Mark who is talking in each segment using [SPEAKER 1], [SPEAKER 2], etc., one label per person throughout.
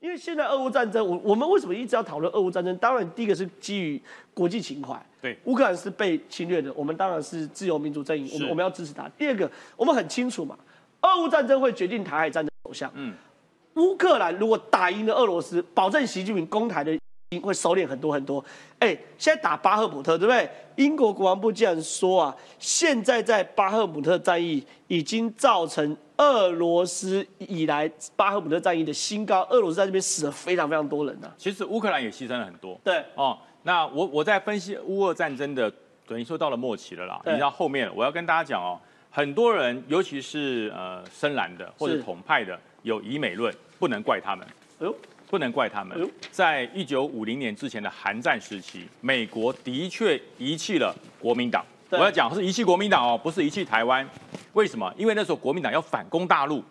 [SPEAKER 1] 因为现在俄乌战争，我我们为什么一直要讨论俄乌战争？当然，第一个是基于国际情怀，
[SPEAKER 2] 对
[SPEAKER 1] 乌克兰是被侵略的，我们当然是自由民主阵营，我
[SPEAKER 2] 是
[SPEAKER 1] 们我们要支持他。第二个，我们很清楚嘛，俄乌战争会决定台海战争走向。
[SPEAKER 2] 嗯
[SPEAKER 1] 嗯，乌克兰如果打赢了俄罗斯，保证习近平攻台的会收敛很多很多。哎，现在打巴赫姆特，对不对？英国国防部竟然说啊，现在在巴赫姆特战役已经造成俄罗斯以来巴赫姆特战役的新高，俄罗斯在这边死了非常非常多人呐、啊。哎
[SPEAKER 2] 其实乌克兰也牺牲了很多。
[SPEAKER 1] 对，
[SPEAKER 2] 哦，那我我在分析乌俄战争的，等于说到了末期了啦，已
[SPEAKER 1] 对
[SPEAKER 2] 经到后面了。我要跟大家讲哦，很多人，尤其是呃深蓝的或者
[SPEAKER 1] 是
[SPEAKER 2] 统派的，有以美论，不能怪他们。
[SPEAKER 1] 哎呦，
[SPEAKER 2] 不能怪他
[SPEAKER 1] 哎
[SPEAKER 2] 们
[SPEAKER 1] 呦。
[SPEAKER 2] 在一九五零年之前的韩战时期，美国的确遗弃了国民党。我
[SPEAKER 1] 对
[SPEAKER 2] 要讲是遗弃国民党哦，不是遗弃台湾。为什么？因为那时候国民党要反攻大陆，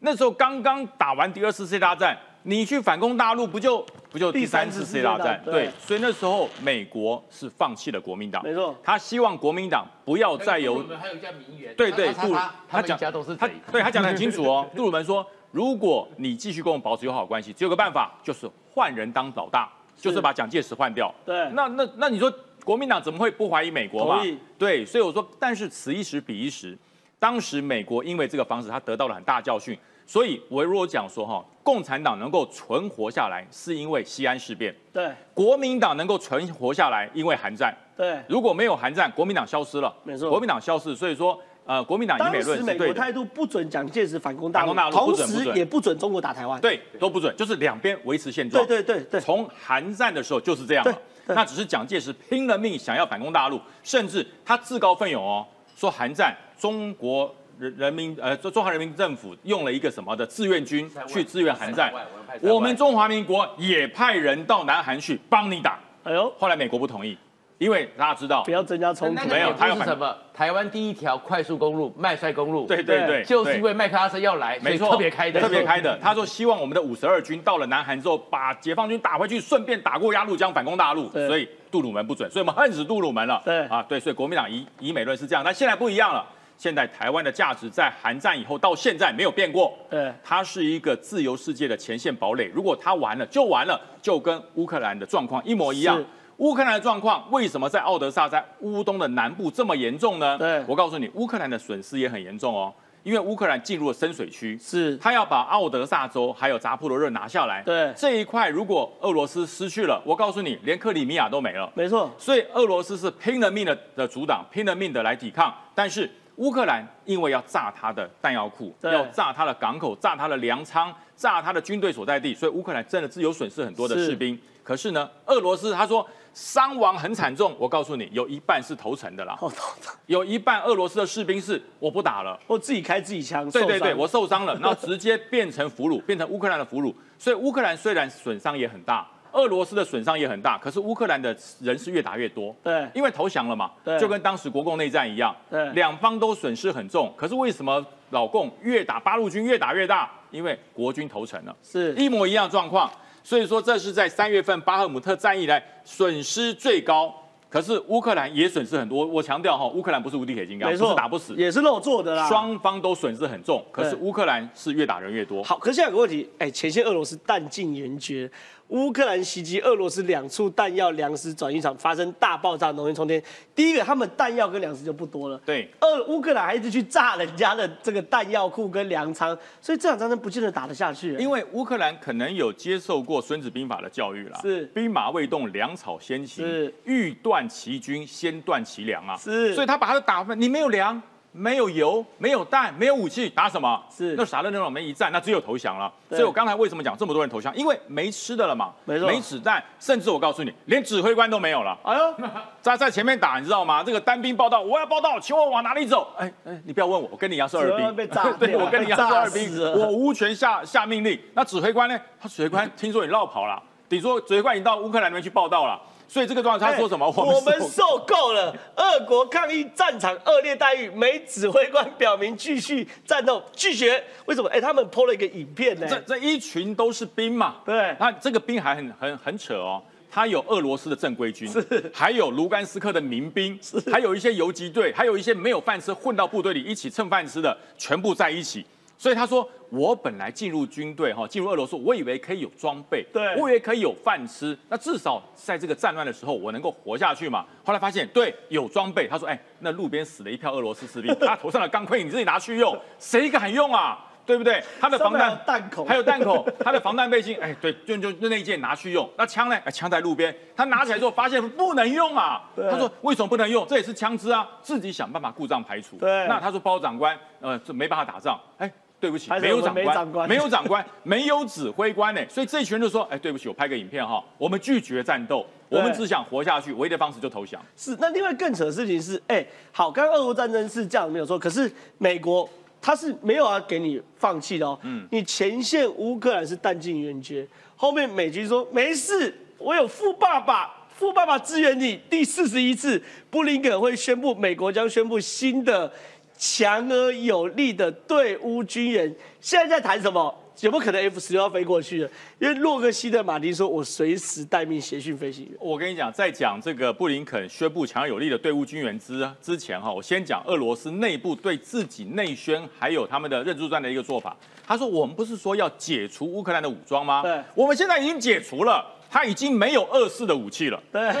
[SPEAKER 2] 那时候刚刚打完第二次世界大战，你去反攻大陆，不就不就第
[SPEAKER 1] 第
[SPEAKER 2] 三
[SPEAKER 1] 三
[SPEAKER 2] 次
[SPEAKER 1] 次
[SPEAKER 2] 世
[SPEAKER 1] 世
[SPEAKER 2] 界
[SPEAKER 1] 界
[SPEAKER 2] 大
[SPEAKER 1] 大战？
[SPEAKER 2] 战对
[SPEAKER 1] 对，
[SPEAKER 2] 所以那时候美国是放弃了国民党，
[SPEAKER 1] 没错
[SPEAKER 2] 他希望国民党不要 再有
[SPEAKER 3] 还有一家名媛，
[SPEAKER 2] 对对，
[SPEAKER 3] 他
[SPEAKER 2] 杜
[SPEAKER 3] 他他们一家都是
[SPEAKER 2] 他
[SPEAKER 3] 贼，
[SPEAKER 2] 对他讲的很清楚 哦。杜鲁门说，如果你继续跟我们保持友好关系，只有个办法，就是换人当老大，就是把蒋介石换掉。
[SPEAKER 1] 对
[SPEAKER 2] 那那那你说国民党怎么会不怀疑美国嘛
[SPEAKER 1] 同意？
[SPEAKER 2] 对，所以我说，但是此一时彼一时，当时美国因为这个方式，他得到了很大教训。所以，我如果讲说哈，共产党能够存活下来，是因为西安事变；
[SPEAKER 1] 对
[SPEAKER 2] 国民党能够存活下来，因为韩战。
[SPEAKER 1] 对。
[SPEAKER 2] 如果没有韩战，国民党消失了，
[SPEAKER 1] 没错
[SPEAKER 2] 国民党消失，所以说，呃，国民党以
[SPEAKER 1] 当
[SPEAKER 2] 美
[SPEAKER 1] 时
[SPEAKER 2] 论是
[SPEAKER 1] 美
[SPEAKER 2] 对
[SPEAKER 1] 国
[SPEAKER 2] 的，
[SPEAKER 1] 态度不准蒋介石反攻大陆，
[SPEAKER 2] 反攻大陆不
[SPEAKER 1] 同
[SPEAKER 2] 准不
[SPEAKER 1] 时
[SPEAKER 2] 准
[SPEAKER 1] 也不准中国打台湾。
[SPEAKER 2] 对，都不准，就是两边维持现状。
[SPEAKER 1] 对对对对，
[SPEAKER 2] 从韩战的时候就是这样嘛。
[SPEAKER 1] 对对
[SPEAKER 2] 那只是蒋介石拼了命想要反攻大陆，甚至他自告奋勇哦，说韩战中国人人民呃中中华人民政府用了一个什么的志愿军
[SPEAKER 3] 在外
[SPEAKER 2] 去支援韩战
[SPEAKER 3] 在外我们派，在外
[SPEAKER 2] 我们中华民国也派人到南韩去帮你打。
[SPEAKER 1] 哎呦，
[SPEAKER 2] 后来美国不同意，因为大家知道
[SPEAKER 1] 不，要增加冲
[SPEAKER 3] 那
[SPEAKER 1] 突。
[SPEAKER 3] 个
[SPEAKER 2] 没有
[SPEAKER 3] 美
[SPEAKER 2] 他
[SPEAKER 3] 国
[SPEAKER 2] 要
[SPEAKER 3] 是
[SPEAKER 2] 反
[SPEAKER 3] 什么？台湾第一条快速公路麦帅公路，
[SPEAKER 2] 对对
[SPEAKER 1] 对
[SPEAKER 2] 对，
[SPEAKER 3] 就是
[SPEAKER 2] 对
[SPEAKER 3] 因为麦克阿瑟要来，所
[SPEAKER 2] 没
[SPEAKER 3] 以
[SPEAKER 2] 错，
[SPEAKER 3] 特别开的，
[SPEAKER 2] 特别开的。他说希望我们的五十二军到了南韩之后，把解放军打回去，顺便打过鸭绿江，反攻大陆。
[SPEAKER 1] 对
[SPEAKER 2] 所以杜鲁门不准，所以我们恨死杜鲁门了。
[SPEAKER 1] 对
[SPEAKER 2] 啊，对，所以国民党以以美论是这样，但现在不一样了。现在台湾的价值在韩战以后到现在没有变过，
[SPEAKER 1] 对
[SPEAKER 2] 它是一个自由世界的前线堡垒。如果它完了就完了，就跟乌克兰的状况一模一样
[SPEAKER 1] 是。
[SPEAKER 2] 乌克兰的状况为什么在奥德萨在乌东的南部这么严重呢？
[SPEAKER 1] 对
[SPEAKER 2] 我告诉你，乌克兰的损失也很严重哦，因为乌克兰进入了深水区，
[SPEAKER 1] 是
[SPEAKER 2] 他要把奥德萨州还有扎波罗热拿下来。
[SPEAKER 1] 对
[SPEAKER 2] 这一块，如果俄罗斯失去了，我告诉你，连克里米亚都没了。
[SPEAKER 1] 没错，
[SPEAKER 2] 所以俄罗斯是拼了命的的阻挡，拼了命的来抵抗。但是乌克兰因为要炸他的弹药库，
[SPEAKER 1] 对
[SPEAKER 2] 要炸他的港口，炸他的粮仓，炸他的军队所在地，所以乌克兰真的是有损失很多的
[SPEAKER 1] 是
[SPEAKER 2] 士兵。可是呢，俄罗斯他说伤亡很惨重，我告诉你，有一半是投诚的啦，
[SPEAKER 1] 我操，
[SPEAKER 2] 有一半俄罗斯的士兵是我不打了。
[SPEAKER 1] 我自己开自己枪，
[SPEAKER 2] 对
[SPEAKER 1] 受
[SPEAKER 2] 对对，
[SPEAKER 1] 伤
[SPEAKER 2] 我受伤了，然后直接变成俘虏， 变成乌克兰的俘虏。所以乌克兰虽然损伤也很大，俄罗斯的损伤也很大，可是乌克兰的人是越打越多。
[SPEAKER 1] 对
[SPEAKER 2] 因为投降了嘛，
[SPEAKER 1] 对
[SPEAKER 2] 就跟当时国共内战一样
[SPEAKER 1] 对，
[SPEAKER 2] 两方都损失很重。可是为什么老共越打八路军越打越大？因为国军投诚了，
[SPEAKER 1] 是
[SPEAKER 2] 一模一样状况。所以说，这是在三月份巴赫姆特战役以来损失最高。可是乌克兰也损失很多，我强调哈，乌克兰不是无敌铁金刚，
[SPEAKER 1] 没
[SPEAKER 2] 不
[SPEAKER 1] 错，
[SPEAKER 2] 是打不死，
[SPEAKER 1] 也是肉做的啦。
[SPEAKER 2] 双方都损失很重，可是
[SPEAKER 1] 对
[SPEAKER 2] 乌克兰是越打人越多。
[SPEAKER 1] 好，可是现在有个问题，哎，前线俄罗斯弹尽援绝，乌克兰袭击俄罗斯两处弹药粮食转运场发生大爆炸，浓烟冲天。第一个，他们弹药跟粮食就不多了。
[SPEAKER 2] 对
[SPEAKER 1] 二乌克兰还一直去炸人家的这个弹药库跟粮仓，所以这场战争不见得打得下去。
[SPEAKER 2] 因为乌克兰可能有接受过《孙子兵法》的教育啦，
[SPEAKER 1] 是
[SPEAKER 2] 兵马未动，粮草先行
[SPEAKER 1] 是，
[SPEAKER 2] 欲断其军，先断其粮啊。
[SPEAKER 1] 是
[SPEAKER 2] 所以他把他的打分，你没有粮，没有油，没有弹，没有武器，打什么？
[SPEAKER 1] 是
[SPEAKER 2] 那傻乐那种没一战，那只有投降了。
[SPEAKER 1] 对
[SPEAKER 2] 所以我刚才为什么讲这么多人投降？因为没吃的了嘛，
[SPEAKER 1] 没错
[SPEAKER 2] 没子弹，甚至我告诉你，连指挥官都没有了。
[SPEAKER 1] 哎呦，
[SPEAKER 2] 在在前面打，你知道吗？这个单兵报道，我要报道，请问往哪里走？哎哎，你不要问我，我跟你一样是二
[SPEAKER 1] 只会
[SPEAKER 2] 兵，
[SPEAKER 1] 被 炸
[SPEAKER 2] 对
[SPEAKER 1] 掉
[SPEAKER 2] 我跟你一样是二兵
[SPEAKER 1] 炸死，了
[SPEAKER 2] 我无权下下命令。那指挥官呢？他指挥官听说你绕跑了，顶说指挥官已经到乌克兰那边去报道了，所以这个状况他说什么？
[SPEAKER 1] 哎我们受够了俄国抗议战场恶劣待遇，美指挥官表明继续战斗，拒绝。为什么？哎，他们 PO 了一个影片呢、
[SPEAKER 2] 这这一群都是兵嘛，
[SPEAKER 1] 对
[SPEAKER 2] 那这个兵还很很很扯哦。他有俄罗斯的正规军，还有卢甘斯克的民兵，还有一些游击队，还有一些没有饭吃混到部队里一起蹭饭吃的，全部在一起。所以他说，我本来进入军队哈，进入俄罗斯，我以为可以有装备，
[SPEAKER 1] 对
[SPEAKER 2] 我以为可以有饭吃，那至少在这个战乱的时候，我能够活下去嘛。后来发现，对，有装备。他说，哎，那路边死了一票俄罗斯 士兵，他头上的钢盔你自己拿去用，谁敢用啊？对不对？他的防
[SPEAKER 1] 上面还有
[SPEAKER 2] 弹
[SPEAKER 1] 弹孔
[SPEAKER 2] 还有弹孔，他的防弹背心，哎，对，就就就那一件拿去用。那枪呢？哎，枪在路边，他拿起来之后发现不能用啊。
[SPEAKER 1] 对
[SPEAKER 2] 他说为什么不能用？这也是枪支啊，自己想办法故障排除。
[SPEAKER 1] 对
[SPEAKER 2] 那他说报告长官，呃，这没办法打仗。哎，对不起
[SPEAKER 1] 还，是
[SPEAKER 2] 没有
[SPEAKER 1] 我们
[SPEAKER 2] 长
[SPEAKER 1] 没
[SPEAKER 2] 官，
[SPEAKER 1] 长官
[SPEAKER 2] 没有 长官，没有指挥官呢。所以这一群人就说，哎，对不起，我拍个影片哈，我们拒绝战斗，
[SPEAKER 1] 对
[SPEAKER 2] 我们只想活下去，唯一的方式就投降。
[SPEAKER 1] 是，那另外更扯的事情是，哎、好，刚刚俄乌战争是这样没有错，可是美国它是没有要给你放弃的哦，嗯，你前线乌克兰是弹尽援绝，后面美军说没事，我有富爸爸。富爸爸支援你。第四十一次，布林肯会宣布，美国将宣布新的强而有力的对乌军援。现在在谈什么？有没有可能 F 十六要飞过去了？因为洛克希德马丁说，我随时待命协训飞行员。
[SPEAKER 2] 我跟你讲，在讲这个布林肯宣布强而有力的对乌军援之之前哈，我先讲俄罗斯内部对自己内宣还有他们的认知战的一个做法。他说：“我们不是说要解除乌克兰的武装吗？
[SPEAKER 1] 对
[SPEAKER 2] 我们现在已经解除了，他已经没有二式的武器 了。”
[SPEAKER 1] 对。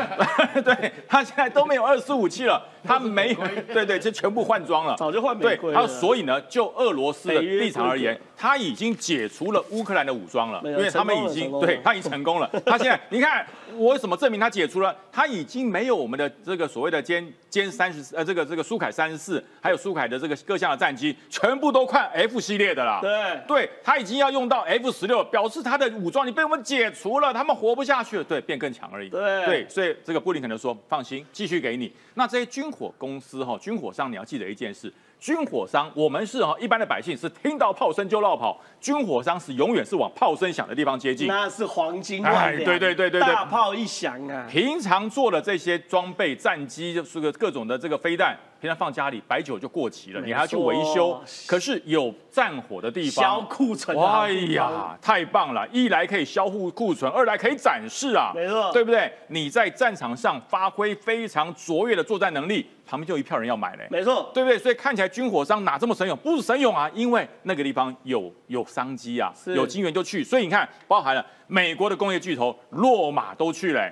[SPEAKER 2] 对他现在都没有二四武器了，他没有，对对，就全部换装了，
[SPEAKER 1] 早就换玫
[SPEAKER 2] 对
[SPEAKER 1] 瑰，了
[SPEAKER 2] 他所以呢，就俄罗斯的立场而
[SPEAKER 1] 北约规
[SPEAKER 2] 言
[SPEAKER 1] 格，
[SPEAKER 2] 他已经解除了乌克兰的武装了，
[SPEAKER 1] 没有
[SPEAKER 2] 因为他们已
[SPEAKER 1] 成
[SPEAKER 2] 经
[SPEAKER 1] 功了
[SPEAKER 2] 对
[SPEAKER 1] 成功了
[SPEAKER 2] 他已经成功了。他现在你看，我怎么证明他解除了？他已经没有我们的这个所谓的歼歼三十呃这个这个苏凯三十四，还有苏凯的这个各项的战机，全部都看 F 系列的啦。
[SPEAKER 1] 对
[SPEAKER 2] 对他已经要用到 F 十六，表示他的武装已经被我们解除了，他们活不下去了，对，变更强而已。
[SPEAKER 1] 对
[SPEAKER 2] 对，所以这个布林肯就说放心，继续给你。那这些军火公司哈、军火商你要记得一件事。军火商，我们是哈、一般的百姓是听到炮声就绕跑，军火商是永远是往炮声响的地方接近。
[SPEAKER 1] 那是黄金万两，
[SPEAKER 2] 哎对对对对对
[SPEAKER 1] 大炮一响啊，
[SPEAKER 2] 平常做的这些装备、战机，就是个各种的这个飞弹，平常放家里白酒就过期了，
[SPEAKER 1] 没
[SPEAKER 2] 你还要去维修
[SPEAKER 1] 错。
[SPEAKER 2] 可是有战火的地方，
[SPEAKER 1] 销库存的好
[SPEAKER 2] 哎
[SPEAKER 1] 地方。
[SPEAKER 2] 呀，太棒了！一来可以销户库存，二来可以展示啊，
[SPEAKER 1] 没错
[SPEAKER 2] 对不对？你在战场上发挥非常卓越的作战能力，旁边就有一票人要买嘞，
[SPEAKER 1] 没错，
[SPEAKER 2] 对不对？所以看起来军火商哪这么神勇？不是神勇啊，因为那个地方有有商机啊，
[SPEAKER 1] 是
[SPEAKER 2] 有金源就去。所以你看，包含了美国的工业巨头洛马都去了、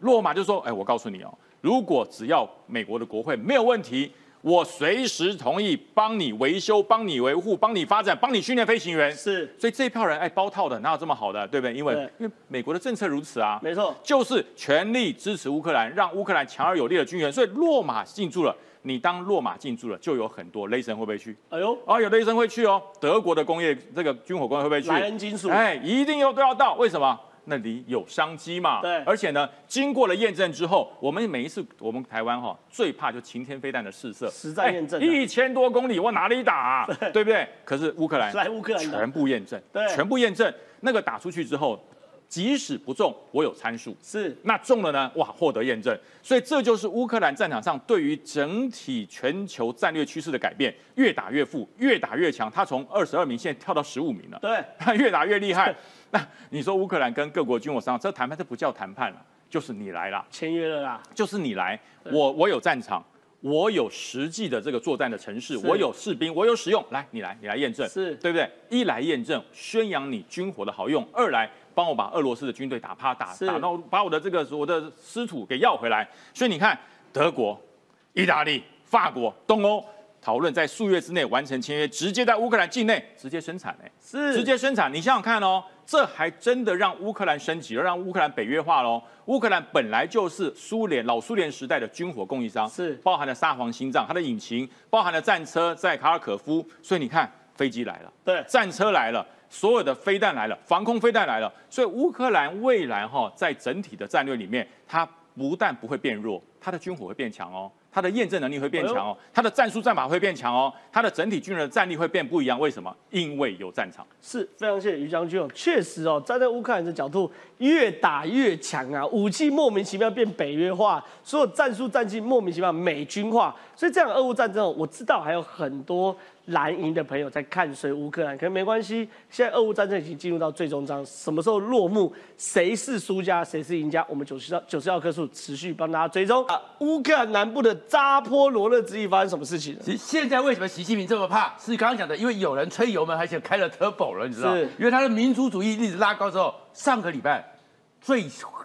[SPEAKER 2] 洛马就说：“哎，我告诉你哦，如果只要美国的国会没有问题。”我随时同意帮你维修、帮你维护、帮你发展、帮你训练飞行员。
[SPEAKER 1] 是
[SPEAKER 2] 所以这一票人哎包套的哪有这么好的，对不对？因为
[SPEAKER 1] 对
[SPEAKER 2] 因为美国的政策如此啊，
[SPEAKER 1] 没错
[SPEAKER 2] 就是全力支持乌克兰，让乌克兰强而有力的军援。所以落马进驻了，你当落马进驻了，就有很多雷神会不会去？
[SPEAKER 1] 哎呦，
[SPEAKER 2] 哦，有雷神会去哦，德国的工业这个军火工业会不会去？
[SPEAKER 1] 莱恩金属
[SPEAKER 2] 哎，一定要都要到，为什么？那里有商机嘛？
[SPEAKER 1] 对
[SPEAKER 2] 而且呢，经过了验证之后，我们每一次我们台湾哈、最怕就晴天飞弹的试射，哎
[SPEAKER 1] 实战验证啊
[SPEAKER 2] 一千多公里，我哪里打、啊？对不对？可是乌克兰
[SPEAKER 1] 来乌克兰打
[SPEAKER 2] 全部验证，
[SPEAKER 1] 对
[SPEAKER 2] 全部验证，那个打出去之后，即使不中，我有参数，
[SPEAKER 1] 是
[SPEAKER 2] 那中了呢？哇，获得验证，所以这就是乌克兰战场上对于整体全球战略趋势的改变，越打越富，越打越强。他从二十二名现在跳到十五名了，
[SPEAKER 1] 对，
[SPEAKER 2] 越打越厉害。 那你说乌克兰跟各国军火商这谈判，这不叫谈判了，就是你来啦，
[SPEAKER 1] 签约了啦，
[SPEAKER 2] 就是你来，我我有战场。我有实际的这个作战的城市，
[SPEAKER 1] 是
[SPEAKER 2] 我有士兵，我有使用，来，你来，你来验证，
[SPEAKER 1] 是
[SPEAKER 2] 对不对？一来验证，宣扬你军火的好用；二来帮我把俄罗斯的军队打趴，打
[SPEAKER 1] 是
[SPEAKER 2] 打到把我的这个我的师徒给要回来。所以你看，德国、意大利、法国、东欧讨论在数月之内完成签约，直接在乌克兰境内直接生产、哎，
[SPEAKER 1] 是
[SPEAKER 2] 直接生产。你想想看哦，这还真的让乌克兰升级了，让乌克兰北约化喽。乌克兰本来就是苏联老苏联时代的军火供应商，
[SPEAKER 1] 是
[SPEAKER 2] 包含了沙皇心脏，它的引擎包含了战车在卡尔可夫，所以你看飞机来了，
[SPEAKER 1] 对
[SPEAKER 2] 战车来了。所有的飞弹来了，防空飞弹来了，所以乌克兰未来哈、在整体的战略里面，它不但不会变弱，它的军火会变强哦，它的验证能力会变强哦，它的战术战法会变强哦，它的整体军人的战力会变不一样。为什么？因为有战场。
[SPEAKER 1] 是非常谢谢于将军哦，确实哦，站在乌克兰的角度，越打越强啊，武器莫名其妙变北约化，所有战术战绩莫名其妙美军化，所以这样的俄乌战争哦，我知道还有很多蓝营的朋友在看衰乌克兰，可是没关系，现在俄乌战争已经进入到最终章，什么时候落幕，谁是输家，谁是赢家，我们九十到九十号棵树持续帮大家追踪。啊，乌克兰南部的扎波罗热之役发生什么事情了？
[SPEAKER 3] 其实现在为什么习近平这么怕？是刚刚讲的，因为有人吹油门，而且开了 turbo 了，你知道？
[SPEAKER 1] 是
[SPEAKER 3] 因为他的民族主义一直拉高之后，上个礼拜最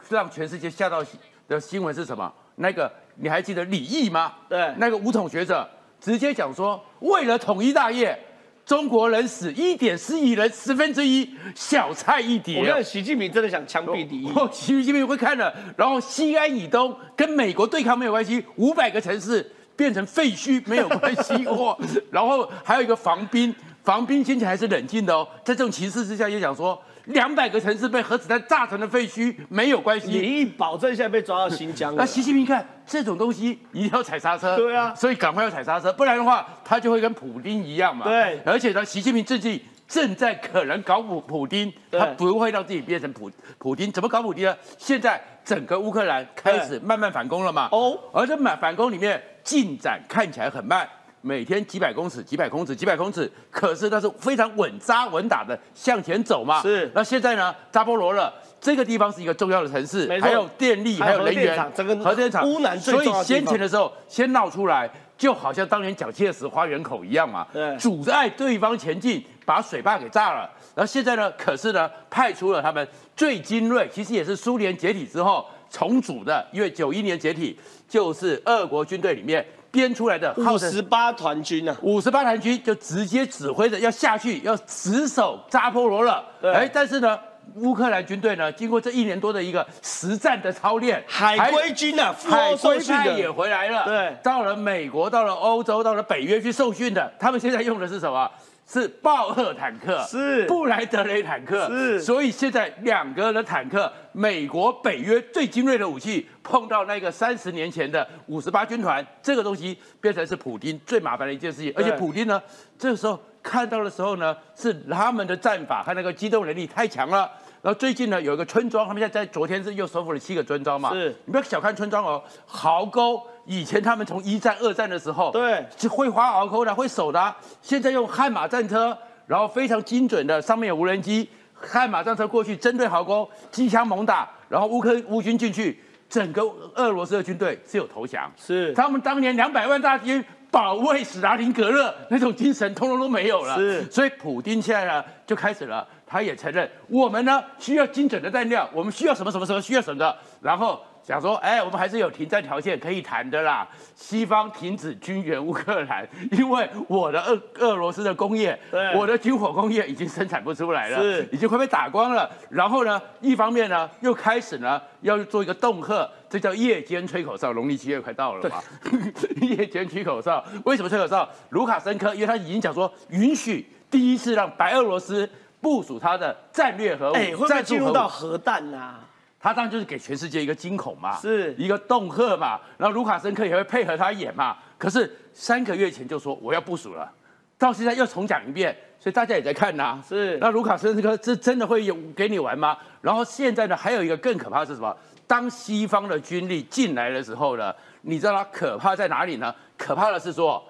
[SPEAKER 3] 让全世界吓到的新闻是什么？那个你还记得李毅吗？
[SPEAKER 1] 对
[SPEAKER 3] 那个武统学者直接讲说，为了统一大业，中国人死一点四亿人，十分之一，小菜一碟。啊
[SPEAKER 1] 我看习近平真的想枪毙李毅。
[SPEAKER 3] 哦，习近平会看了，然后西安以东跟美国对抗没有关系，五百个城市变成废墟没有关系哦，然后还有一个防兵，防兵先前还是冷静的哦，在这种情势之下也讲说，两百个城市被核子弹炸成了废墟没有关系。
[SPEAKER 1] 李毅保证现在被抓到新疆
[SPEAKER 3] 那
[SPEAKER 1] 了。
[SPEAKER 3] 习近平看这种东西一定要踩刹车，
[SPEAKER 1] 对啊
[SPEAKER 3] 所以赶快要踩刹车，不然的话他就会跟普丁一样嘛。
[SPEAKER 1] 对
[SPEAKER 3] 而且呢，习近平自己正在可能搞普普丁，
[SPEAKER 1] 对
[SPEAKER 3] 他不会让自己变成普普丁，怎么搞普丁呢？现在整个乌克兰开始慢慢反攻了嘛，
[SPEAKER 1] 哦
[SPEAKER 3] 而这反反攻里面进展看起来很慢。每天几百公尺、几百公尺、几百公尺，可是那是非常稳扎稳打的向前走嘛。
[SPEAKER 1] 是
[SPEAKER 3] 那现在呢，扎波罗热这个地方是一个重要的城市
[SPEAKER 1] 没，错
[SPEAKER 3] 还有电力，
[SPEAKER 1] 还
[SPEAKER 3] 还
[SPEAKER 1] 有
[SPEAKER 3] 有能
[SPEAKER 1] 核电
[SPEAKER 3] 源
[SPEAKER 1] 厂整个
[SPEAKER 3] 核电厂
[SPEAKER 1] 乌南最重
[SPEAKER 3] 所以
[SPEAKER 1] 要的地方
[SPEAKER 3] 先前的时候先闹出来，就好像当年蒋介石花园口一样嘛
[SPEAKER 1] 对，
[SPEAKER 3] 阻碍对方前进，把水坝给炸了。然后现在呢，可是呢，派出了他们最精锐，其实也是苏联解体之后重组的，因为九一年解体就是俄国军队里面编出来的，号
[SPEAKER 1] 五
[SPEAKER 3] 称
[SPEAKER 1] 十八团军啊，
[SPEAKER 3] 五十八团军就直接指挥着要下去，要死守扎波罗了。
[SPEAKER 1] 对
[SPEAKER 3] 哎，但是呢，乌克兰军队呢，经过这一年多的一个实战的操练，
[SPEAKER 1] 海归军啊，赴
[SPEAKER 3] 海
[SPEAKER 1] 欧受
[SPEAKER 3] 归
[SPEAKER 1] 训
[SPEAKER 3] 派也
[SPEAKER 1] 的。
[SPEAKER 3] 回来了，
[SPEAKER 1] 对
[SPEAKER 3] 到了美国，到了欧洲，到了北约去受训的，他们现在用的是什么？是豹二坦克，
[SPEAKER 1] 是
[SPEAKER 3] 布莱德雷坦克，
[SPEAKER 1] 是
[SPEAKER 3] 所以现在两个的坦克，美国、北约最精锐的武器，碰到那个三十年前的五十八军团，这个东西变成是普丁最麻烦的一件事情。而且普丁呢，这个时候看到的时候呢，是他们的战法和那个机动能力太强了。然后最近呢，有一个村庄，他们现在在昨天是又收复了七个村庄嘛，
[SPEAKER 1] 是
[SPEAKER 3] 你不要小看村庄哦，壕沟以前他们从一战、二战的时候，
[SPEAKER 1] 对
[SPEAKER 3] 就会挖壕沟的，会守的啊、现在用悍马战车，然后非常精准的，上面有无人机，悍马战车过去针对壕沟，机枪猛打，然后乌克乌军进去，整个俄罗斯的军队是有投降，
[SPEAKER 1] 是
[SPEAKER 3] 他们当年两百万大军保卫史达林格勒那种精神，通通都没有了。
[SPEAKER 1] 是
[SPEAKER 3] 所以普丁现在呢就开始了，他也承认我们呢需要精准的弹药，我们需要什么什么什么，需要什么的，然后。想说，哎，我们还是有停战条件可以谈的啦。西方停止军援乌克兰，因为我的俄俄罗斯的工业
[SPEAKER 1] 对，
[SPEAKER 3] 我的军火工业已经生产不出来了，
[SPEAKER 1] 是
[SPEAKER 3] 已经快被打光了。然后呢，一方面呢，又开始呢要做一个恫吓，这叫夜间吹口哨。农历七月快到了嘛， 夜间吹口哨。为什么吹口哨？卢卡申科，因为他已经讲说允许第一次让白俄罗斯部署他的战略核武，
[SPEAKER 1] 哎，会不会
[SPEAKER 3] 战术
[SPEAKER 1] 进
[SPEAKER 3] 核
[SPEAKER 1] 入
[SPEAKER 3] 武
[SPEAKER 1] 到核弹啊？
[SPEAKER 3] 他当然就是给全世界一个惊恐嘛，
[SPEAKER 1] 是
[SPEAKER 3] 一个恫吓嘛。然后卢卡申科也会配合他演嘛。可是三个月前就说我要部署了，到现在又重讲一遍，所以大家也在看呐、
[SPEAKER 1] 是
[SPEAKER 3] 那卢卡申科这真的会有给你玩吗？然后现在呢，还有一个更可怕的是什么？当西方的军力进来的时候呢，你知道它可怕在哪里呢？可怕的是说，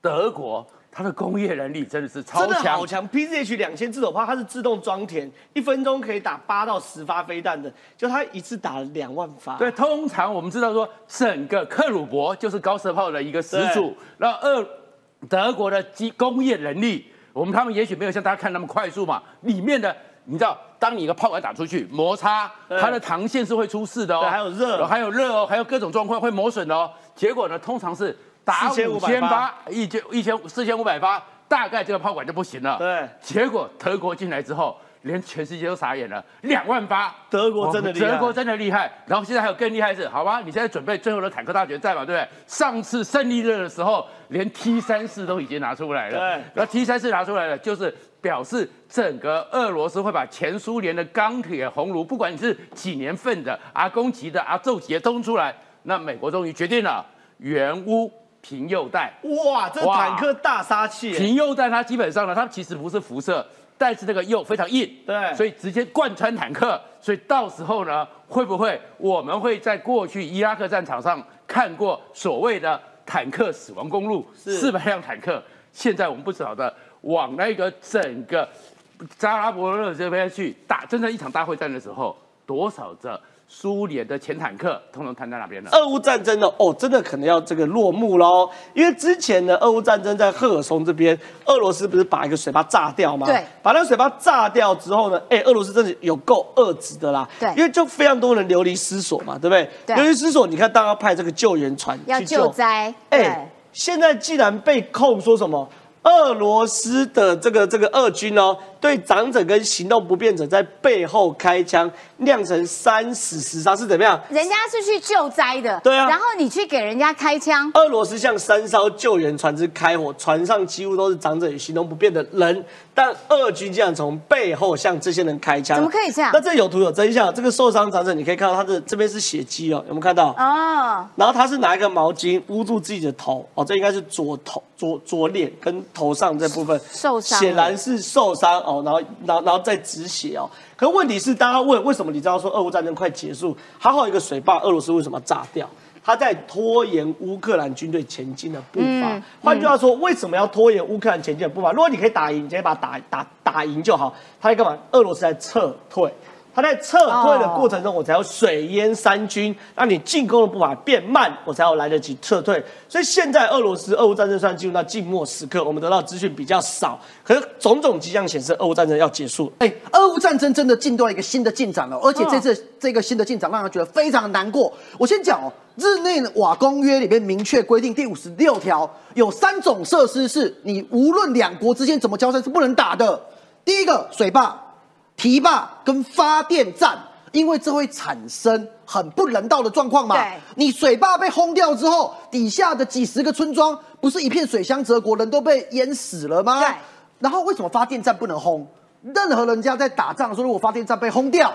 [SPEAKER 3] 德国它的工业能力真的是超
[SPEAKER 1] 真的
[SPEAKER 3] 强
[SPEAKER 1] 好，强！PZH 两千自走炮，它是自动装填，一分钟可以打八到十发飞弹的，就它一次打了两万发。
[SPEAKER 3] 对，，通常我们知道说，整个克虏伯就是高射炮的一个始祖，然后俄德国的机工业能力，我们他们也许没有像大家看那么快速嘛，里面的。你知道，当你一个炮管打出去，摩擦
[SPEAKER 1] 对
[SPEAKER 3] 它的膛线是会出事的哦，
[SPEAKER 1] 对还有热
[SPEAKER 3] 然后还有热哦，还有各种状况会磨损的哦。结果呢，通常是打五
[SPEAKER 1] 4500
[SPEAKER 3] 千八，一千一千四千五百发，大概这个炮管就不行了。
[SPEAKER 1] 对
[SPEAKER 3] 结果德国进来之后，连全世界都傻眼了，两万发，
[SPEAKER 1] 德国真的厉害
[SPEAKER 3] 德国真的厉害。然后现在还有更厉害的是，好吧，你现在准备最后的坦克大决战嘛，对不对？上次胜利日的时候，连 T 三四都已经拿出来了。
[SPEAKER 1] 对
[SPEAKER 3] 那 T 三四拿出来了，就是表示整个俄罗斯会把前苏联的钢铁红炉，不管你是几年份的、阿公级的、阿宙级的都出来。那美国终于决定了，原屋平右带。
[SPEAKER 1] 哇，这
[SPEAKER 3] 哇
[SPEAKER 1] 坦克大杀器耶，
[SPEAKER 3] 平右弹它基本上呢，它其实不是辐射，但是那个铀非常硬，
[SPEAKER 1] 对
[SPEAKER 3] 所以直接贯穿坦克。所以到时候呢，会不会我们会在过去伊拉克战场上看过所谓的坦克死亡公路，
[SPEAKER 1] 是
[SPEAKER 3] 四百辆坦克？现在我们不晓得往那个整个扎拉伯勒这边去打，真正一场大会战的时候，多少的苏联的前坦克通通摊在那边了？
[SPEAKER 1] 俄乌战争呢，哦，真的可能要这个落幕喽。因为之前呢，俄乌战争在赫尔松这边，俄罗斯不是把一个水坝炸掉吗？
[SPEAKER 4] 对
[SPEAKER 1] 把那个水坝炸掉之后呢，哎，俄罗斯真的有够恶质的啦。
[SPEAKER 4] 对
[SPEAKER 1] 因为就非常多人流离失所嘛，对不对？
[SPEAKER 4] 对
[SPEAKER 1] 流离失所，你看，当然要派这个救援船
[SPEAKER 4] 要
[SPEAKER 1] 去
[SPEAKER 4] 救
[SPEAKER 1] 救
[SPEAKER 4] 灾，
[SPEAKER 1] 哎，现在既然被控说什么俄罗斯的这个这个俄军哦，对长者跟行动不便者在背后开枪，酿成三死十伤是怎么样？
[SPEAKER 4] 对，人家是去救灾的，
[SPEAKER 1] 对啊
[SPEAKER 4] 然后你去给人家开枪，
[SPEAKER 1] 俄罗斯向三艘救援船只开火，船上几乎都是长者与行动不便的人，但俄军竟然从背后向这些人开枪，
[SPEAKER 4] 怎么可以这样
[SPEAKER 1] 那这有图有真相，这个受伤长者你可以看到他的这边是血迹哦，有没有看到？
[SPEAKER 4] 哦，
[SPEAKER 1] 然后他是拿一个毛巾捂住自己的头，哦，这应该是左头、左左脸跟头上这部分
[SPEAKER 4] 受伤了
[SPEAKER 1] 显然是受伤哦，然后然后然后再止血哦。可问题是，大家问为什么你知道说俄乌战争快结束，还好一个水坝，俄罗斯为什么炸掉？他在拖延乌克兰军队前进的步
[SPEAKER 4] 嗯
[SPEAKER 1] 伐。换句话说，为什么要拖延乌克兰前进的步伐？如果你可以打赢，你直接把它打打打赢就好。他在干嘛？俄罗斯在撤退。他在撤退
[SPEAKER 4] 哦
[SPEAKER 1] 的过程中，我才有水淹三军，让你进攻的步伐变慢，我才有来得及撤退。所以现在俄罗斯俄乌战争虽然进入到静默时刻，我们得到资讯比较少，可是种种迹象显示，俄乌战争要结束了。
[SPEAKER 5] 哎，俄乌战争真的进到一个新的进展了，而且这次、这个新的进展让人觉得非常难过。我先讲哦，日内瓦公约里面明确规定第五十六条有三种设施是你无论两国之间怎么交战是不能打的。第一个水坝、堤坝跟发电站，因为这会产生很不人道的状况嘛。
[SPEAKER 4] 对
[SPEAKER 5] 你水坝被轰掉之后，底下的几十个村庄不是一片水乡泽国，人都被淹死了吗？
[SPEAKER 4] 对
[SPEAKER 5] 然后为什么发电站不能轰？任何人家在打仗的时候，如果发电站被轰掉，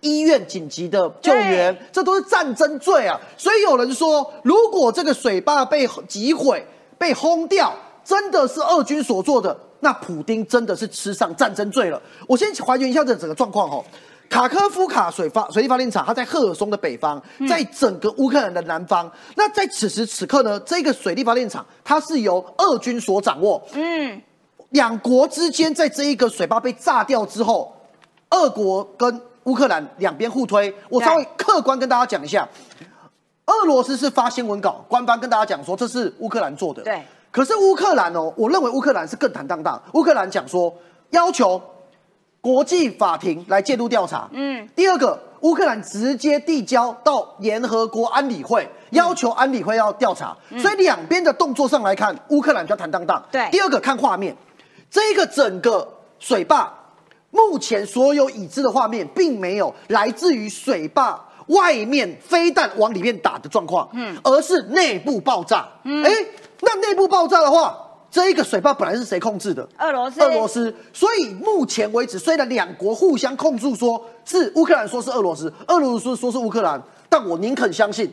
[SPEAKER 5] 医院紧急的救援
[SPEAKER 4] 对，
[SPEAKER 5] 这都是战争罪啊！所以有人说，如果这个水坝被击毁、被轰掉，真的是俄军所做的，那普丁真的是吃上战争罪了。我先还原一下这整个状况哦。卡科夫卡水发水力发电厂，它在赫尔松的北方，
[SPEAKER 4] 嗯
[SPEAKER 5] 在整个乌克兰的南方。那在此时此刻呢，这个水力发电厂它是由俄军所掌握，
[SPEAKER 4] 嗯，
[SPEAKER 5] 两国之间在这一个水坝被炸掉之后，俄国跟乌克兰两边互推。我稍微客观跟大家讲一下，俄罗斯是发新闻稿，官方跟大家讲说这是乌克兰做的。
[SPEAKER 4] 对。
[SPEAKER 5] 可是乌克兰哦，我认为乌克兰是更坦荡荡。乌克兰讲说，要求国际法庭来介入调查。
[SPEAKER 4] 嗯
[SPEAKER 5] 嗯，第二个，乌克兰直接递交到联合国安理会，
[SPEAKER 4] 嗯
[SPEAKER 5] 要求安理会要调查。所以两边的动作上来看，乌克兰比较坦荡荡。
[SPEAKER 4] 对
[SPEAKER 5] 第二个看画面，这个整个水坝目前所有已知的画面，并没有来自于水坝。外面飞弹往里面打的状况，嗯，而是内部爆炸，嗯，哎，那内部爆炸的话，这一个水坝本来是谁控制的？
[SPEAKER 4] 俄罗斯
[SPEAKER 5] 俄罗斯。所以目前为止，虽然两国互相控诉说是乌克兰说是俄罗斯，俄罗斯说是乌克兰，但我宁肯相信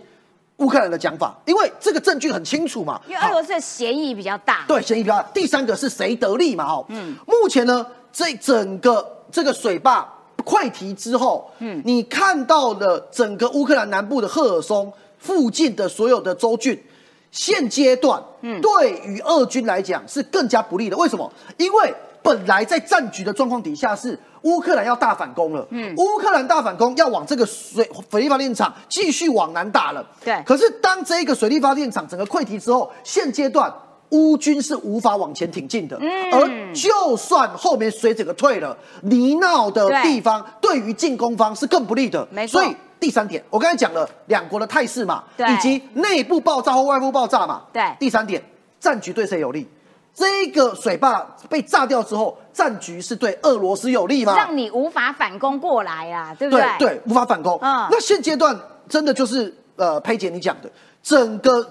[SPEAKER 5] 乌克兰的讲法，因为这个证据很清楚嘛。
[SPEAKER 4] 因为俄罗
[SPEAKER 5] 斯
[SPEAKER 4] 斯的嫌疑比较大，
[SPEAKER 5] 对嫌疑比较大。第三个是谁得利嘛？哦，嗯，目前呢，这整个这个水坝溃堤之后，嗯，你看到了整个乌克兰南部的赫尔松附近的所有的州郡。现阶段，嗯，对于俄军来讲是更加不利的。为什么？因为本来在战局的状况底下是乌克兰要大反攻了，嗯，乌克兰大反攻要往这个水水力发电厂继续往南打了，
[SPEAKER 4] 对
[SPEAKER 5] 可是当这个水力发电厂整个溃堤之后，现阶段。乌军是无法往前挺进的，
[SPEAKER 4] 嗯
[SPEAKER 5] 而就算后面水整个退了，泥淖的
[SPEAKER 4] 对
[SPEAKER 5] 地方对于进攻方是更不利的。
[SPEAKER 4] 没错
[SPEAKER 5] 所以第三点，我刚才讲了两国的态势嘛，
[SPEAKER 4] 对
[SPEAKER 5] 以及内部爆炸或外部爆炸嘛。
[SPEAKER 4] 对
[SPEAKER 5] 第三点，战局对谁有利？这个水坝被炸掉之后，战局是对俄罗斯有利吗？
[SPEAKER 4] 让你无法反攻过来啦，对不
[SPEAKER 5] 对
[SPEAKER 4] 对？
[SPEAKER 5] 对，无法反攻。
[SPEAKER 4] 嗯
[SPEAKER 5] 那现阶段真的就是呃，佩姐你讲的，整个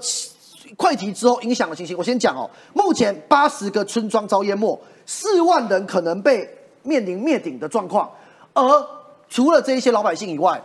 [SPEAKER 5] 快题之后影响的情形，我先讲哦。目前八十个村庄遭淹没，四万人可能被面临灭顶的状况，而除了这一些老百姓以外。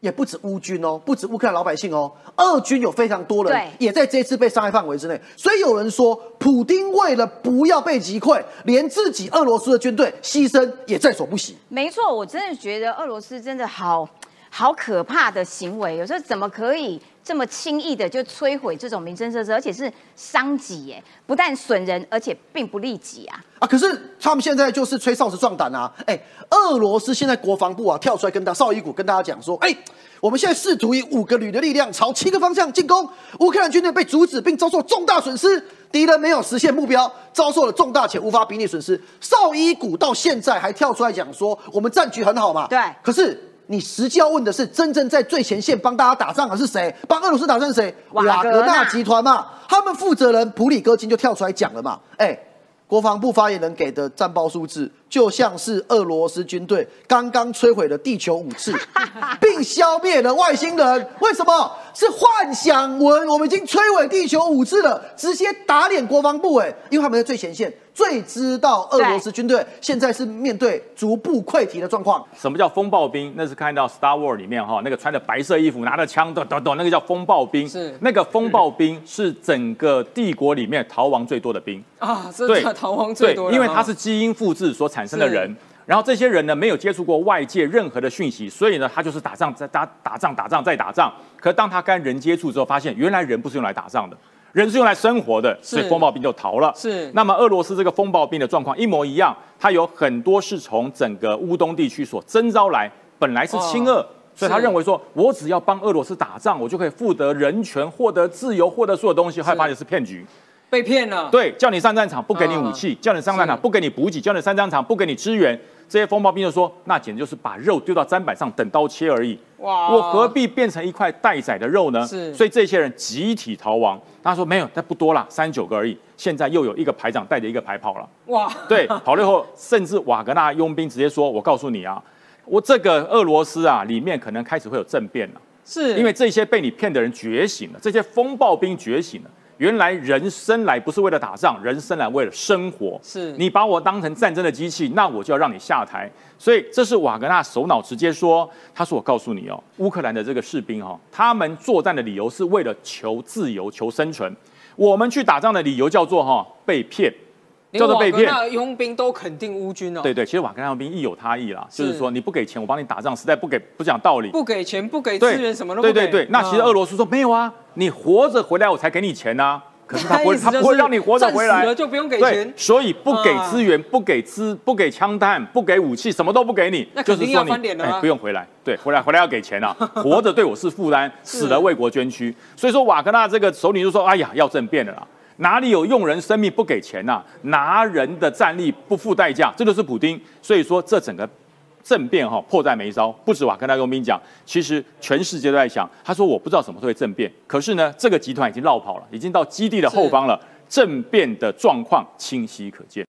[SPEAKER 5] 也不止乌军哦，不止乌克兰老百姓哦，俄军有非常多人
[SPEAKER 4] 对
[SPEAKER 5] 也在这次被伤害范围之内，所以有人说，普丁为了不要被击溃，连自己俄罗斯的军队牺牲也在所不惜。
[SPEAKER 4] 没错，我真的觉得俄罗斯真的好。好可怕的行为。有时候怎么可以这么轻易的就摧毁这种民生设施，而且是伤己耶，不但损人，而且并不利己啊。
[SPEAKER 5] 啊，可是他们现在就是吹哨子壮胆啊！哎，俄罗斯现在国防部啊跳出来跟大绍伊古跟大家讲说，哎，我们现在试图以五个旅的力量朝七个方向进攻，乌克兰军队被阻止并遭受重大损失，敌人没有实现目标，遭受了重大且无法比拟损失。绍伊古到现在还跳出来讲说，我们战局很好嘛？
[SPEAKER 4] 对
[SPEAKER 5] 可是。你实际要问的是，真正在最前线帮大家打仗的是谁？帮俄罗斯打仗是谁？
[SPEAKER 4] 瓦格纳
[SPEAKER 5] 纳集团嘛，他们负责人普里戈金就跳出来讲了嘛，哎，国防部发言人给的战报数字，就像是俄罗斯军队刚刚摧毁了地球五次，并消灭了外星人，为什么？是幻想文，我们已经摧毁地球五次了，直接打脸国防部，哎，因为他们在最前线，最知道俄罗斯军队现在是面对逐步溃堤的状况。
[SPEAKER 2] 什么叫风暴兵？那是看到《Star War》里面哈，那个穿着白色衣服、拿着枪，咚咚咚，那个叫风暴兵。
[SPEAKER 6] 是
[SPEAKER 2] 那个风暴兵是整个帝国里面逃亡最多的兵。
[SPEAKER 6] 啊，这
[SPEAKER 2] 对，
[SPEAKER 6] 这逃亡最多了啊，
[SPEAKER 2] 对，因为他是基因复制所产生的人
[SPEAKER 6] 是。
[SPEAKER 2] 然后这些人呢，没有接触过外界任何的讯息，所以呢，他就是打仗，再打打仗，打仗再打仗。可当他跟人接触之后，发现原来人不是用来打仗的，人是用来生活的，所以风暴兵就逃了。
[SPEAKER 6] 是
[SPEAKER 2] 那么俄罗斯这个风暴兵的状况一模一样，它有很多是从整个乌东地区所征召来，本来是亲俄。所以他
[SPEAKER 6] 哦是
[SPEAKER 2] 认为说，我只要帮俄罗斯打仗，我就可以获得人权、获得自由、获得所有东西。后来发现是骗局，
[SPEAKER 6] 被骗了。
[SPEAKER 2] 对，叫你上战场不给你武
[SPEAKER 6] 啊
[SPEAKER 2] 器，叫你上战场
[SPEAKER 6] 是
[SPEAKER 2] 不给你补给，叫你上战场不给你支援。这些风暴兵就说，那简直就是把肉丢到砧板上等刀切而已。
[SPEAKER 6] 哇
[SPEAKER 2] 我何必变成一块待宰的肉呢？
[SPEAKER 6] 啊是
[SPEAKER 2] 所以这些人集体逃亡。他说没有，但不多啦，三九个而已。现在又有一个排长带着一个排跑 了。
[SPEAKER 6] 哇，
[SPEAKER 2] 对，跑了以后，甚至瓦格纳佣兵直接说：“我告诉你啊，我这个俄罗斯啊，里面可能开始会有政变了。”
[SPEAKER 6] 是
[SPEAKER 2] 因为这些被你骗的人觉醒了，这些风暴兵觉醒了。原来人生来不是为了打仗，人生来为了生活。
[SPEAKER 6] 是
[SPEAKER 2] 你把我当成战争的机器，那我就要让你下台。所以这是瓦格纳首脑直接说，他说：“我告诉你哦，乌克兰的这个士兵哦，他们作战的理由是为了求自由、求生存。我们去打仗的理由叫做哈、被骗。”
[SPEAKER 6] 连
[SPEAKER 2] 叫做被骗
[SPEAKER 6] 瓦格纳佣兵都肯定乌军哦，
[SPEAKER 2] 对，对，其实瓦格纳兵亦有他意啦，
[SPEAKER 6] 是
[SPEAKER 2] 就是说你不给钱，我帮你打仗，实在不给不讲道理。
[SPEAKER 6] 不给钱，不给资
[SPEAKER 2] 对，
[SPEAKER 6] 源，什么都
[SPEAKER 2] 对
[SPEAKER 6] 不给。嗯
[SPEAKER 2] 对对，那其实俄
[SPEAKER 6] 罗
[SPEAKER 2] 罗斯说没有啊，你活着回来我才给你钱呐、可是他不会，他
[SPEAKER 6] 他意思就是
[SPEAKER 2] 不会让你活着回
[SPEAKER 6] 战死
[SPEAKER 2] 来，
[SPEAKER 6] 了就不用给
[SPEAKER 2] 对
[SPEAKER 6] 钱
[SPEAKER 2] 所以不给
[SPEAKER 6] 啊
[SPEAKER 2] 资源，不给资，不给枪弹，不给武器，什么都不给你
[SPEAKER 6] 那，
[SPEAKER 2] 就
[SPEAKER 6] 肯
[SPEAKER 2] 是
[SPEAKER 6] 定
[SPEAKER 2] 说
[SPEAKER 6] 要
[SPEAKER 2] 你哎
[SPEAKER 6] 翻脸了啊
[SPEAKER 2] 不用回来，对，回来回来要给钱啊，活着对我是负担，死了为国捐躯。所以说瓦格纳这个首领就说，哎呀，要政变了啦。哪里有用人生命不给钱呐、啊拿人的战力不付代价，这就是普丁。所以说，这整个政变哈、迫在眉梢，不止瓦格纳佣兵讲，其实全世界都在想。他说我不知道什么时候会政变，可是呢，这个集团已经绕跑了，已经到基地的后方了，政变的状况清晰可见。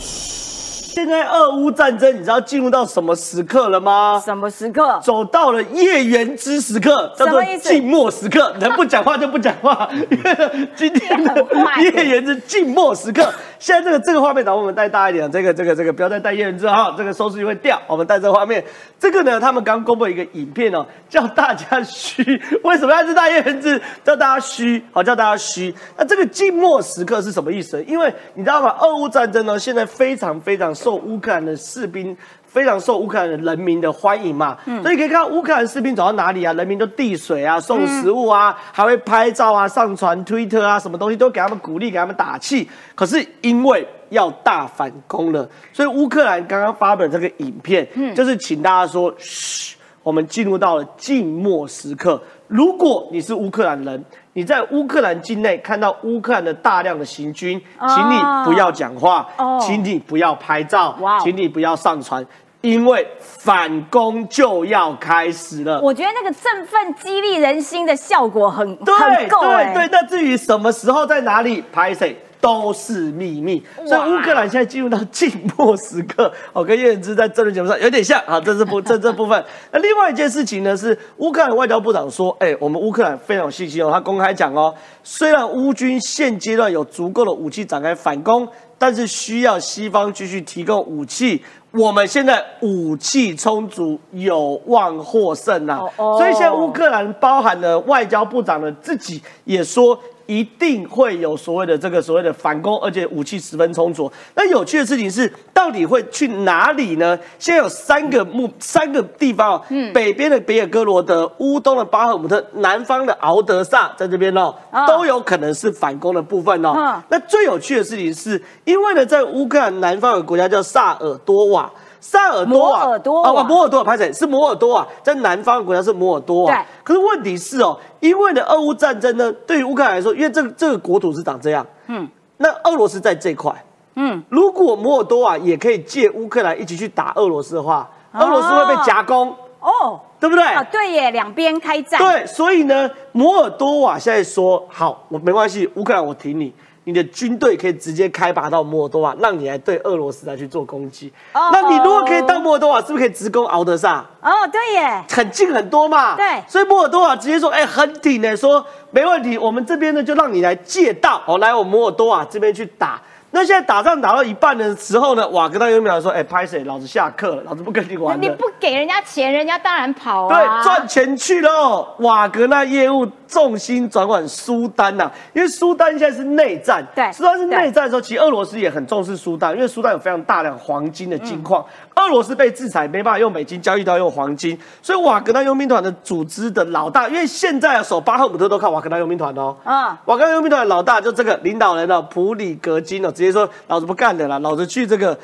[SPEAKER 1] 现在俄乌战争，你知道进入到什么时刻了吗？
[SPEAKER 4] 什么时刻？
[SPEAKER 1] 走到了叶元之时刻，叫
[SPEAKER 4] 什
[SPEAKER 1] 做
[SPEAKER 4] 么意思
[SPEAKER 1] 静默时刻，能不讲话就不讲话。因为今天的
[SPEAKER 4] 很 坏
[SPEAKER 1] 叶元之静默时刻，现在这个这个画面，然后我们带大一点，这个这个这个，不要再带叶元之哈，这个收视率会掉。我们带这个画面，这个呢，他们刚公布一个影片哦，叫大家虚， 为什么要是大叶元之？叫大家虚，好叫大家虚。那这个静默时刻是什么意思？因为你知道吗？俄乌战争呢，现在非常非常受乌克兰的士兵非常受乌克兰人民的欢迎嘛，所以可以看到乌克兰士兵走到哪里啊，人民都递水啊、送食物
[SPEAKER 4] 嗯
[SPEAKER 1] 啊，还会拍照啊、上传 Twitter 啊，什么东西都给他们鼓励、给他们打气。可是因为要大反攻了，所以乌克兰刚刚发表这个影片，
[SPEAKER 4] 嗯
[SPEAKER 1] 就是请大家说，嘘，我们进入到了静默时刻。如果你是乌克兰人，你在乌克兰境内看到乌克兰的大量的行军，
[SPEAKER 4] 哦
[SPEAKER 1] 请你不要讲话，
[SPEAKER 4] 哦
[SPEAKER 1] 请你不要拍照，
[SPEAKER 4] 哇哦
[SPEAKER 1] 请你不要上传，因为反攻就要开始了。
[SPEAKER 4] 我觉得那个振奋、激励人心的效果很
[SPEAKER 1] 对
[SPEAKER 4] 很够哎、
[SPEAKER 1] 对对，那至于什么时候在哪里拍谁，都是秘密。所以乌克兰现在进入到静默时刻。 哦，跟叶远之在政论节目上有点像啊，这是 部这这部分。那另外一件事情呢，是乌克兰外交部长说，哎，我们乌克兰非常有信心哦，他公开讲哦，虽然乌军现阶段有足够的武器展开反攻，但是需要西方继续提供武器。我们现在武器充足，有望获胜啊！
[SPEAKER 4] 哦哦
[SPEAKER 1] 所以现在乌克兰包含了外交部长的自己也说。一定会有所谓的这个所谓的反攻，而且武器十分充足。那有趣的事情是，到底会去哪里呢？现在有三个目三个地方哦，
[SPEAKER 4] 嗯
[SPEAKER 1] 北边的北尔哥罗德，乌东的巴赫姆特，南方的敖德萨，在这边哦，
[SPEAKER 4] 啊
[SPEAKER 1] 都有可能是反攻的部分哦。
[SPEAKER 4] 嗯
[SPEAKER 1] 那最有趣的事情是，因为呢，在乌克兰南方有个国家叫萨尔多瓦。萨尔多瓦，
[SPEAKER 4] 摩尔多瓦
[SPEAKER 1] 啊，哇摩尔多瓦，拍谁？是摩尔多瓦，在南方的国家是摩尔多瓦。
[SPEAKER 4] 对
[SPEAKER 1] 可是问题是哦，因为呢，俄乌战争呢，对于乌克兰来说，因为这个这个国土是长这样，嗯，那俄罗斯在这块，嗯，如果摩尔多瓦也可以借乌克兰一起去打俄罗斯的话，俄罗斯会被夹攻，
[SPEAKER 4] 哦，
[SPEAKER 1] 对不对？
[SPEAKER 4] 啊，对耶，两边开战，
[SPEAKER 1] 对，所以呢，摩尔多瓦现在说好，我没关系，乌克兰我挺你，你的军队可以直接开拔到摩尔多瓦，让你来对俄罗斯来去做攻击。
[SPEAKER 4] 哦
[SPEAKER 1] 那你如果可以到摩尔多瓦，是不是可以直攻敖德萨？
[SPEAKER 4] 哦，对耶，
[SPEAKER 1] 很近很多嘛，
[SPEAKER 4] 对
[SPEAKER 1] 所以摩尔多瓦直接说，哎、很挺呢、说没问题，我们这边呢就让你来借道，哦，来我摩尔多瓦这边去打。那现在打仗打到一半的时候呢，瓦格纳有秒说，哎、拍谁？老子下课了，老子不跟你玩了。
[SPEAKER 4] 你不给人家钱，人家当然跑啊，
[SPEAKER 1] 对，赚钱去喽。瓦格纳业务重心转往苏丹呐、因为苏丹现在是内战。
[SPEAKER 4] 对
[SPEAKER 1] 苏丹是内战的时候，其实俄罗斯也很重视苏丹，因为苏丹有非常大量黄金的金矿。俄罗斯被制裁，没办法用美金交易到用黄金，所以瓦格纳佣兵团的组织的老大，因为现在守巴赫姆特都靠瓦格纳佣兵团哦。
[SPEAKER 4] 嗯
[SPEAKER 1] 瓦格纳佣兵团的老大就这个领导人哦，普里格金哦，直接说老子不干了啦，老子去这个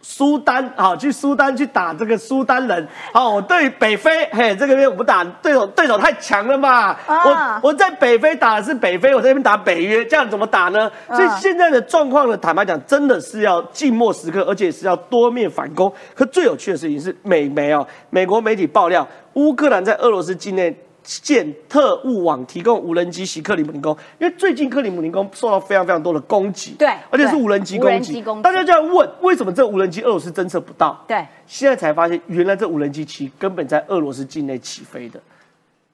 [SPEAKER 1] 苏丹，好去苏丹去打这个苏丹人，好我对北非，嘿，这个边我不打，对手对手太强了嘛，
[SPEAKER 4] 啊
[SPEAKER 1] 我我在北非打的是北非，我在这边打北约，这样怎么打呢？
[SPEAKER 4] 啊
[SPEAKER 1] 所以现在的状况呢，坦白讲，真的是要静默时刻，而且是要多面反攻。可最有趣的事情是，美媒哦，美国媒体爆料，乌克兰在俄罗斯境内。建特务网提供无人机袭克里姆林宫，因为最近克里姆林宫受到非常非常多的攻击，
[SPEAKER 4] 对
[SPEAKER 1] 而且是
[SPEAKER 4] 对
[SPEAKER 1] 无人机
[SPEAKER 4] 无
[SPEAKER 1] 攻
[SPEAKER 4] 人
[SPEAKER 1] 击
[SPEAKER 4] 机攻。击
[SPEAKER 1] 大家就在问，为什么这无人机俄罗斯侦测不到？
[SPEAKER 4] 对，
[SPEAKER 1] 现在才发现，原来这无人机其实根本在俄罗斯境内起飞的。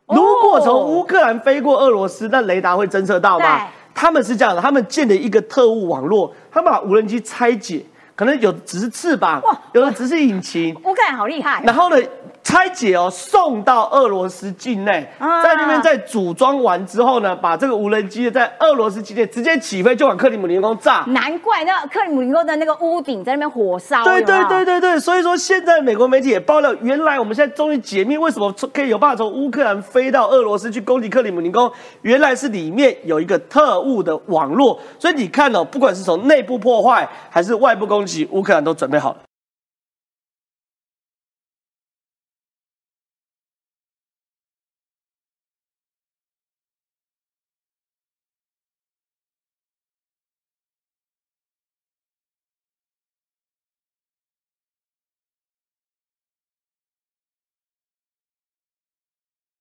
[SPEAKER 4] 哦
[SPEAKER 1] 如果从乌克兰飞过俄罗斯，那雷达会侦测到吗
[SPEAKER 4] 对？
[SPEAKER 1] 他们是这样的，他们建了一个特务网络，他们把无人机拆解，可能有的只是翅膀
[SPEAKER 4] 哇，
[SPEAKER 1] 有的只是引擎，
[SPEAKER 4] 乌克兰好厉害，
[SPEAKER 1] 然后呢，拆解哦，送到俄罗斯境内，
[SPEAKER 4] 啊
[SPEAKER 1] 在那边再组装完之后呢，把这个无人机在俄罗斯境内直接起飞，就往克里姆林宫炸。
[SPEAKER 4] 难怪那克里姆林宫的那个屋顶在那边火烧，
[SPEAKER 1] 对对
[SPEAKER 4] 有没
[SPEAKER 1] 对
[SPEAKER 4] 有，
[SPEAKER 1] 对对，所以说现在美国媒体也爆料，原来我们现在终于解密为什么从可以有办法从乌克兰飞到俄罗斯去攻击克里姆林宫，原来是里面有一个特务的网络。所以你看哦，不管是从内部破坏还是外部攻击，乌克兰都准备好了。